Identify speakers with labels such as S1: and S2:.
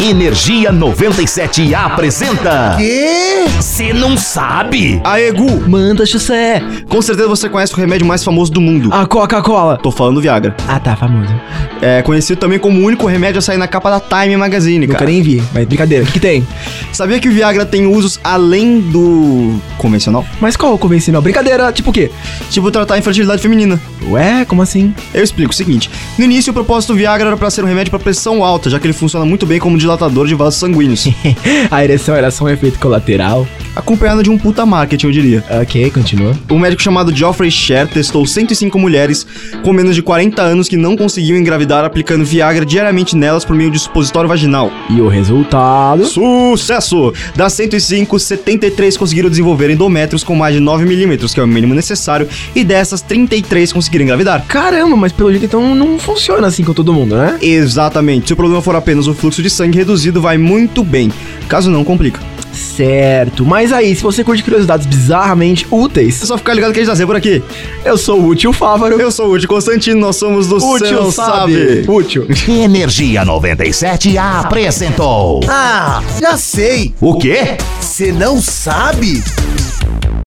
S1: Energia 97 apresenta.
S2: Quê?
S1: Você não sabe?
S2: Aê, Gu!
S3: Manda, Ah. Xé.
S2: Com certeza você conhece o remédio mais famoso do mundo.
S3: A Coca-Cola.
S2: Tô falando Viagra.
S3: Ah, tá, famoso.
S2: É conhecido também como o único remédio a sair na capa da Time Magazine,
S3: Nunca
S2: cara.
S3: nem vi. Mas brincadeira, o que, que tem?
S2: Sabia que o Viagra tem usos além do convencional?
S3: Mas qual o convencional? Brincadeira, tipo o quê?
S2: Tipo tratar a infertilidade feminina.
S3: Ué, como assim?
S2: Eu explico o seguinte: no início, o propósito do Viagra era pra ser um remédio pra pressão alta, já que ele funciona muito bem como dilatador de vasos sanguíneos,
S3: A ereção era só um efeito colateral.
S2: acompanhado de um puta marketing, eu diria.
S3: Ok, continua.
S2: Um médico chamado Geoffrey Sher testou 105 mulheres com menos de 40 anos que não conseguiam engravidar aplicando Viagra diariamente nelas por meio de supositório vaginal.
S3: E o resultado?
S2: Sucesso! Das 105, 73 conseguiram desenvolver endométrios com mais de 9 milímetros, que é o mínimo necessário, e dessas 33 conseguiram engravidar.
S3: Caramba, mas pelo jeito então não funciona assim com todo mundo, né?
S2: Exatamente. Se o problema for apenas o fluxo de sangue reduzido, vai muito bem. Caso não, complica.
S3: Certo, mas aí, se você curte curiosidades bizarramente
S2: É
S3: úteis,
S2: só ficar ligado que a gente tá sempre por aqui.
S3: eu sou o Útil Fávaro.
S2: Eu sou o Udi Constantino, nós somos do Cê Não Sabe.
S3: Útil.
S1: Energia 97 apresentou.
S4: Ah, já sei.
S1: O quê?
S4: Você não sabe?